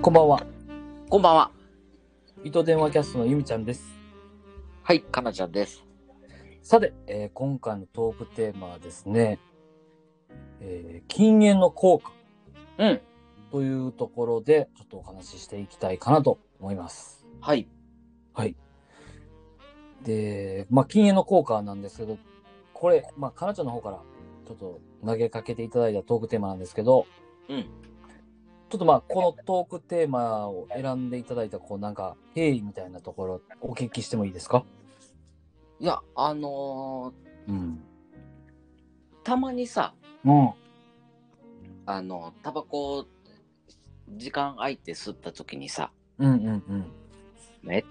こんばんは。こんばんは。糸電話キャストのゆみちゃんです。はい、かなちゃんです。さて、えー今回のトークテーマはですね、えー禁煙の効果うん。というところで、ちょっとお話ししていきたいかなと思います。はい。はい。で、まあ、禁煙の効果なんですけど、これ、まあ、かなちゃんの方からちょっと投げかけていただいたトークテーマなんですけど、うん。ちょっとまあ、このトークテーマを選んでいただいた、こう、なんか、経緯みたいなところ、お聞きしてもいいですかいや、あのうん。ーたまにさ、うん。あのタバコを時間空いて吸った時にさ、うんうんうん。めっ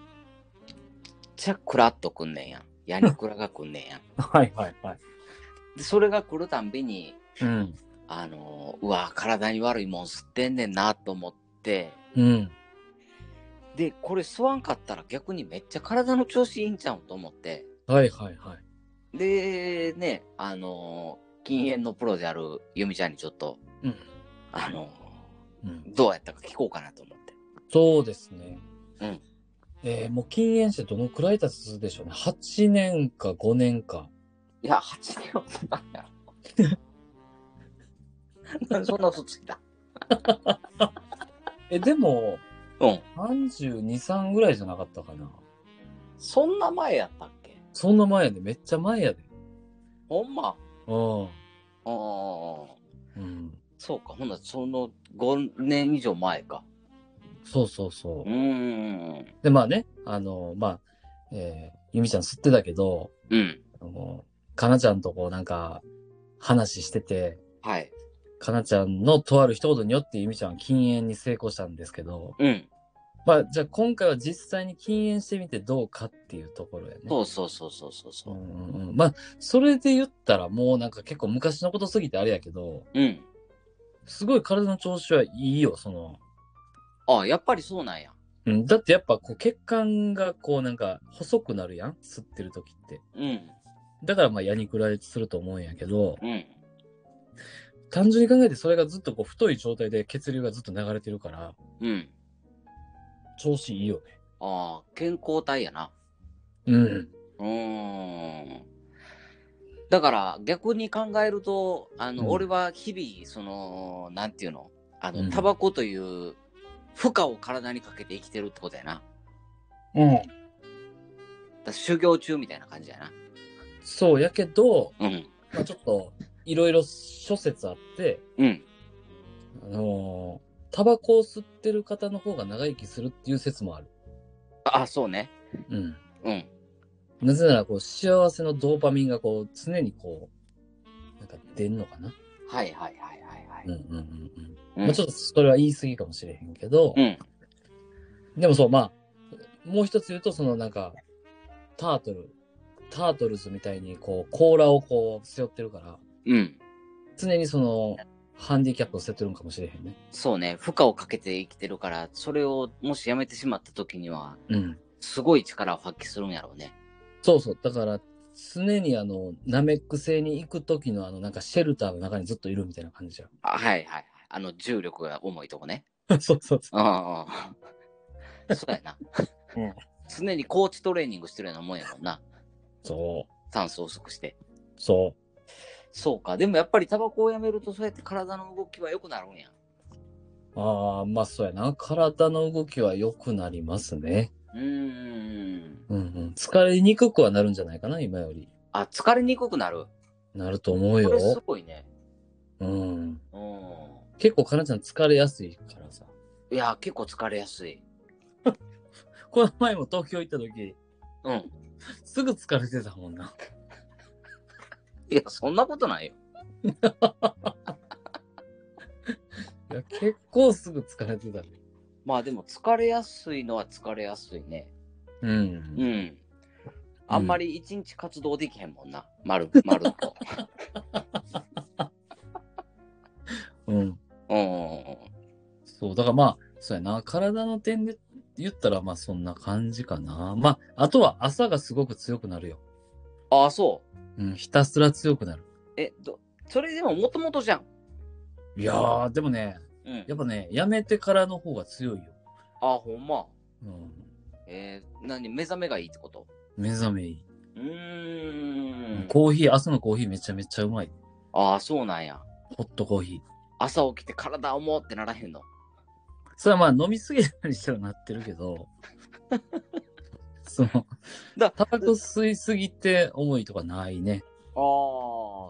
ちゃクラッとくんねんやん。ヤニクラがくんね んやん。はいはいはい。で、それが来るたんびに、うん。あのーうわ、体に悪いもん吸ってんねんなと思って、うん。で、これ吸わんかったら逆にめっちゃ体の調子いいんちゃうと思って、はいはいはい。で、ね、あのー禁煙のプロであるゆみちゃんにちょっと、うん。あのうん、どうやったか聞こうかなと思って。そうですね。うん。えーもう禁煙してどのくらい経つでしょうね。8年か5年か。いや、8年はそんなんやろ。 なんでそんな嘘ついた。え、でも、うん。 32、3ぐらいじゃなかったかな。そんな前やったっけそんな前やで、めっちゃ前やで。ほんま。うん。ああ。うん。そうか。ほんならその5年以上前か。そうそうそうー。ん。で、まあね、あの、まあ、えー、ゆみちゃん吸ってたけど、うん。あのかなちゃんとこうなんか、話してて、はい。かなちゃんのとある一言によってゆみちゃんは禁煙に成功したんですけど、うん。まあ、じゃあ今回は実際に禁煙してみてどうかっていうところやね。そうそうそうそうそうそうう。んうんうん。まあ、それで言ったらもうなんか結構昔のことすぎてあれやけど、うん。すごい体の調子はいいよ、その。あやっぱりそうなんや。うん、だってやっぱこう血管がこうなんか細くなるやん吸ってる時って。うん。だからまあ、やにくらいすると思うんやけど、うん。単純に考えてそれがずっとこう太い状態で血流がずっと流れてるから、うん。調子いいよね。ああ、健康体やな。うん。うーんだから逆に考えるとあの、うん俺は日々そのなんていうのあうのんタバコという負荷を体にかけて生きてるってことやなだかうん。ら修行中みたいな感じやなそうやけど、うんまあ、ちょっといろいろ諸説あって、うんあのータバコを吸ってる方の方が長生きするっていう説もある。あそうねうん。うんなぜなら、こう、幸せのドーパミンが、こう、常にこう、なんか出んのかな。はいはいはいはいはいうんうんうんうん。うんまあ、ちょっとそれは言い過ぎかもしれへんけど、うんでもそう、まあ、もう一つ言うと、そのなんか、タートル、タートルズみたいに、こう、甲羅をこう、背負ってるから、うん常にその、ハンディキャップを背負ってるんかもしれへんね。そうね負荷をかけて生きてるからそれをもしやめてしまった時にはうん。すごい力を発揮するんやろうねそうそう。だから、常にあの、ナメック星に行く時のあの、なんかシェルターの中にずっといるみたいな感じじゃあはいはいはいあの重力が重いとこねん。 そうそうそああ、そうやな。 うん常にコーチトレーニングしてるようなもんやもんな。う。そ酸素不足して。う。そそうか。でもやっぱりタバコをやめるとそうやって体の動きは良くなるんや。う。ああ、まあそうやな。体の動きは良くなりますね。うーん。うんうん。疲れにくくはなるんじゃないかな、今より。あ、疲れにくくなる。なると思うこれすよ。ごいね。うん。うん。結構、かなちゃん疲れやすいからさ。いや、結構疲れやすい。この前も東京行った時、うん。すぐ疲れてたもんな。いや、そんなことないよ。いや、結構すぐ疲れてたね。まあでも疲れやすいのは疲れやすいね。う。うんん。あんまり一日活動できへんもんな。まる、まるっ と。うん。うん。そう、だからまあ、そうやな、体の点で言ったら、まあそんな感じかな。まあ、あとは朝がすごく強くなるよ。ああ、そう。うん、ひたすら強くなる。え、ど、それでももともとじゃん。いやー、でもね、うん。やっぱね、やめてからの方が強いよ。あ、ほんま。うん。えー、何目覚めがいいってこと目覚めいい。うーん。コーヒー、朝のコーヒーめちゃめちゃうまい。ああ、そうなんや。ホットコーヒー。朝起きて体重ってならへんの。それはまあ飲みすぎたりしたらなってるけ ど、その、だタバコ吸いすぎて重いとかないね。ああ、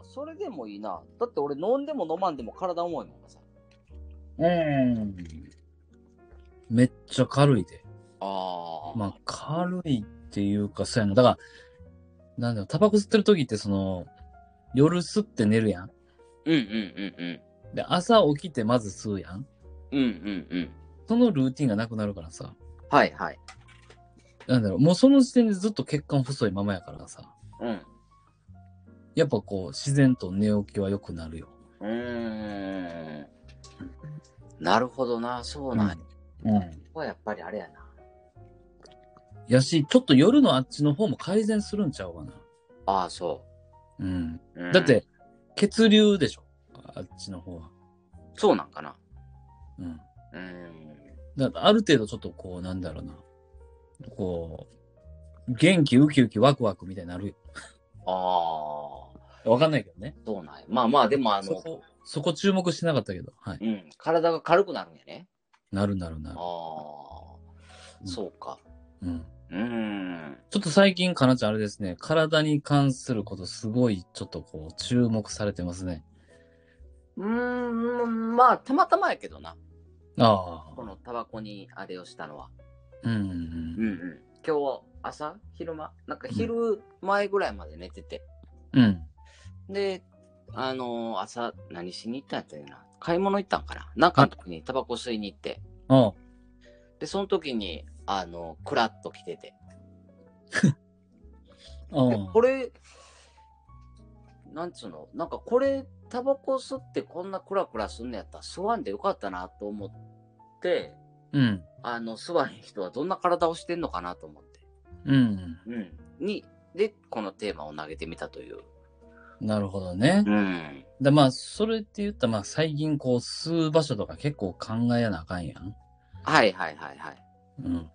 それでもいいな。だって俺飲んでも飲まんでも体重いもんなさ。うん。めっちゃ軽いで。ああ。まあ軽いっていうか、そうやな。だから、なんだろう、タバコ吸ってる時ってその、夜吸って寝るやん。うんうんうんうん。で、朝起きてまず吸うやん。うんうんうん。そのルーティンがなくなるからさ。はいはい。なんだろう、もうその時点でずっと血管細いままやからさ。うん。やっぱこう、自然と寝起きは良くなるよ。うーん。なるほどな、そうなんや。こうん。こはやっぱりあれやな。やし、ちょっと夜のあっちの方も改善するんちゃうかな。ああ、そうん。う、うんだっ、て、血流でしょ。あっちの方は。そうなんかな。うん。うーん。だからある程度ちょっとこう、なんだろうな。こう、元気、ウキウキ、ワクワクみたいになるよ。ああ、そわかんないけどね。うなんや。まあまあ、でもあその、こ、そこ注目してなかったけど。はい。うん、体が軽くなるんやね。なるなるなあるあ。、そうか。うん。うーん。ちょっと最近、かなちゃんあれですね。体に関すること、すごい、ちょっとこう、注目されてますね。うーん、まあ、たまたまやけどな。あこあ。のタバコにあれをしたのは。うんうんうんうん。今日、朝昼間なんか昼前ぐらいまで寝てて。うん。うん。で、あのー朝、何しに行ったんやったっけな。買い物行ったんかな。なんかの時にタバコ吸いに行って。ああ。で、その時に、あのー、クラッと来てて。あであこれ、なんつうの、なんかこれ、タバコ吸ってこんなクラクラすんのやったら吸わんでよかったなと思って、うん。あの、吸わへん人はどんな体をしてんのかなと思って。うん。うん。に、で、このテーマを投げてみたという。なるほどね。うん。でまあ、それって言ったら、まあ、最近、こう、吸う場所とか結構考えやなあかんやん。はいはいはいはい。うん。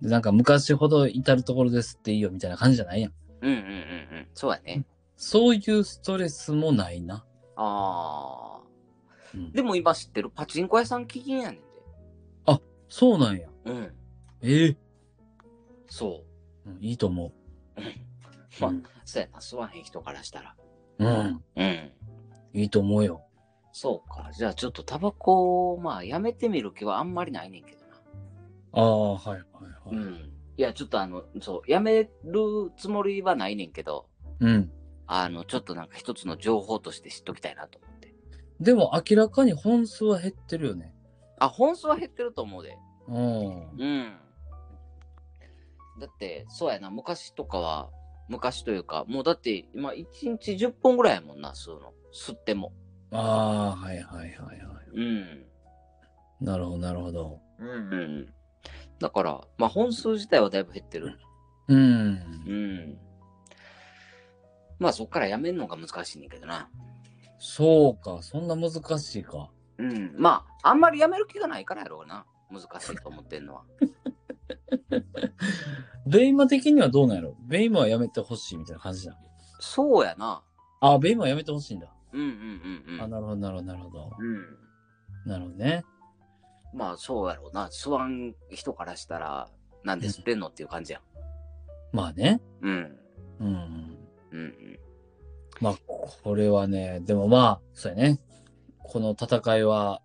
で、なんか、昔ほど至るところですっていいよみたいな感じじゃないやん。うんうんうんうん。そうやね。そういうストレスもないな。ああ。うん、でも今知ってるパチンコ屋さん基金やねんで。そうなんや。うん。ええそうんいいと思う。う。まあ、そうやな。吸わへん人からしたら。うん、うん。いいと思うよ。そうか。じゃあちょっとタバコを、まあ、やめてみる気はあんまりないねんけどな。ああ、はいはいうはい。ん。いや、ちょっとあの、そう、やめるつもりはないねんけど、うん。あの、ちょっとなんか一つの情報として知っときたいなと思って。でも、明らかに本数は減ってるよね。あ、本数は減ってると思うで。うん。うん。だって、そうやな、昔とかは、昔というか、もうだって今、1日10本ぐらいやもんな、吸うの。吸っても。ああ、はいはいはいはうん。い。なるほど、なるほど。うん。だから、まあ本数自体はだいぶ減ってる。うんう。ん。まあそっからやめるのが難しいねんけどな。そうか、そんな難しいか。うん。まあ、あんまりやめる気がないからやろうな。難しいと思ってんのは。ベイマ的にはどうなんやろベイマはやめてほしいみたいな感じだ。そうやな。あ、ベイマはやめてほしいんだ。うんうんうんうあ、ん。なるほど、なるほど、なるほど。うん。なるほどね。まあそうやろうな。吸わん人からしたら、なんで吸ってんのっていう感じやん。まあね。うん。うん。うんうん。まあ、これはね、でもまあ、そうやね。この戦いは、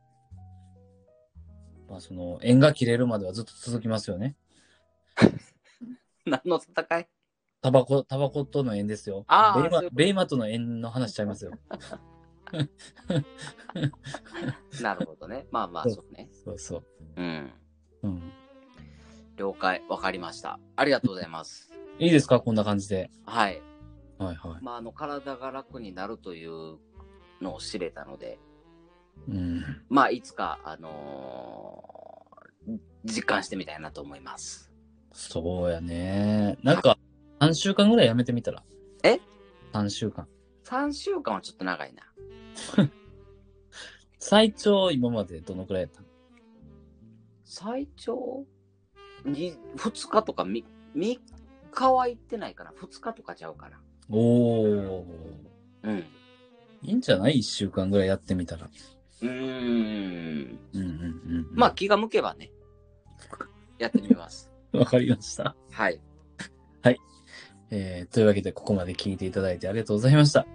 まあその、縁が切れるまではずっと続きますよね。何の戦いタバコ、タバコとの縁ですよ。あーベイマそういうことベイマとの縁の話しちゃいますよ。なるほど ね。まあまあ、そうね。そうそう。うん。うん。了解。わかりました。ありがとうございます。いいですかこんな感じで。はい。はいはまあ、あの、体が楽になるというのを知れたので、い。うん。まあ、いつか、あのー実感してみたいなと思います。そうやね。なんか、3週間ぐらいやめてみたら。え ?3 週間。 3週間はちょっと長いな。最長、今までどのくらいやったの最長に2日とか 3, 3日は行ってないかな2日とかちゃうかおー。なうんいいんじゃない一週間ぐらいやってみたら。うーうんんうんうんうん。まあ気が向けばねやってみますあ、わかりました。はいえー、というわけで、ここまで聞いていただいてありがとうございました。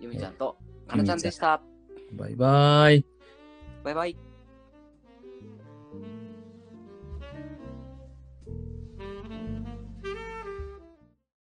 ゆみちゃんとかなちゃんでしたバイバーイ。バイバイ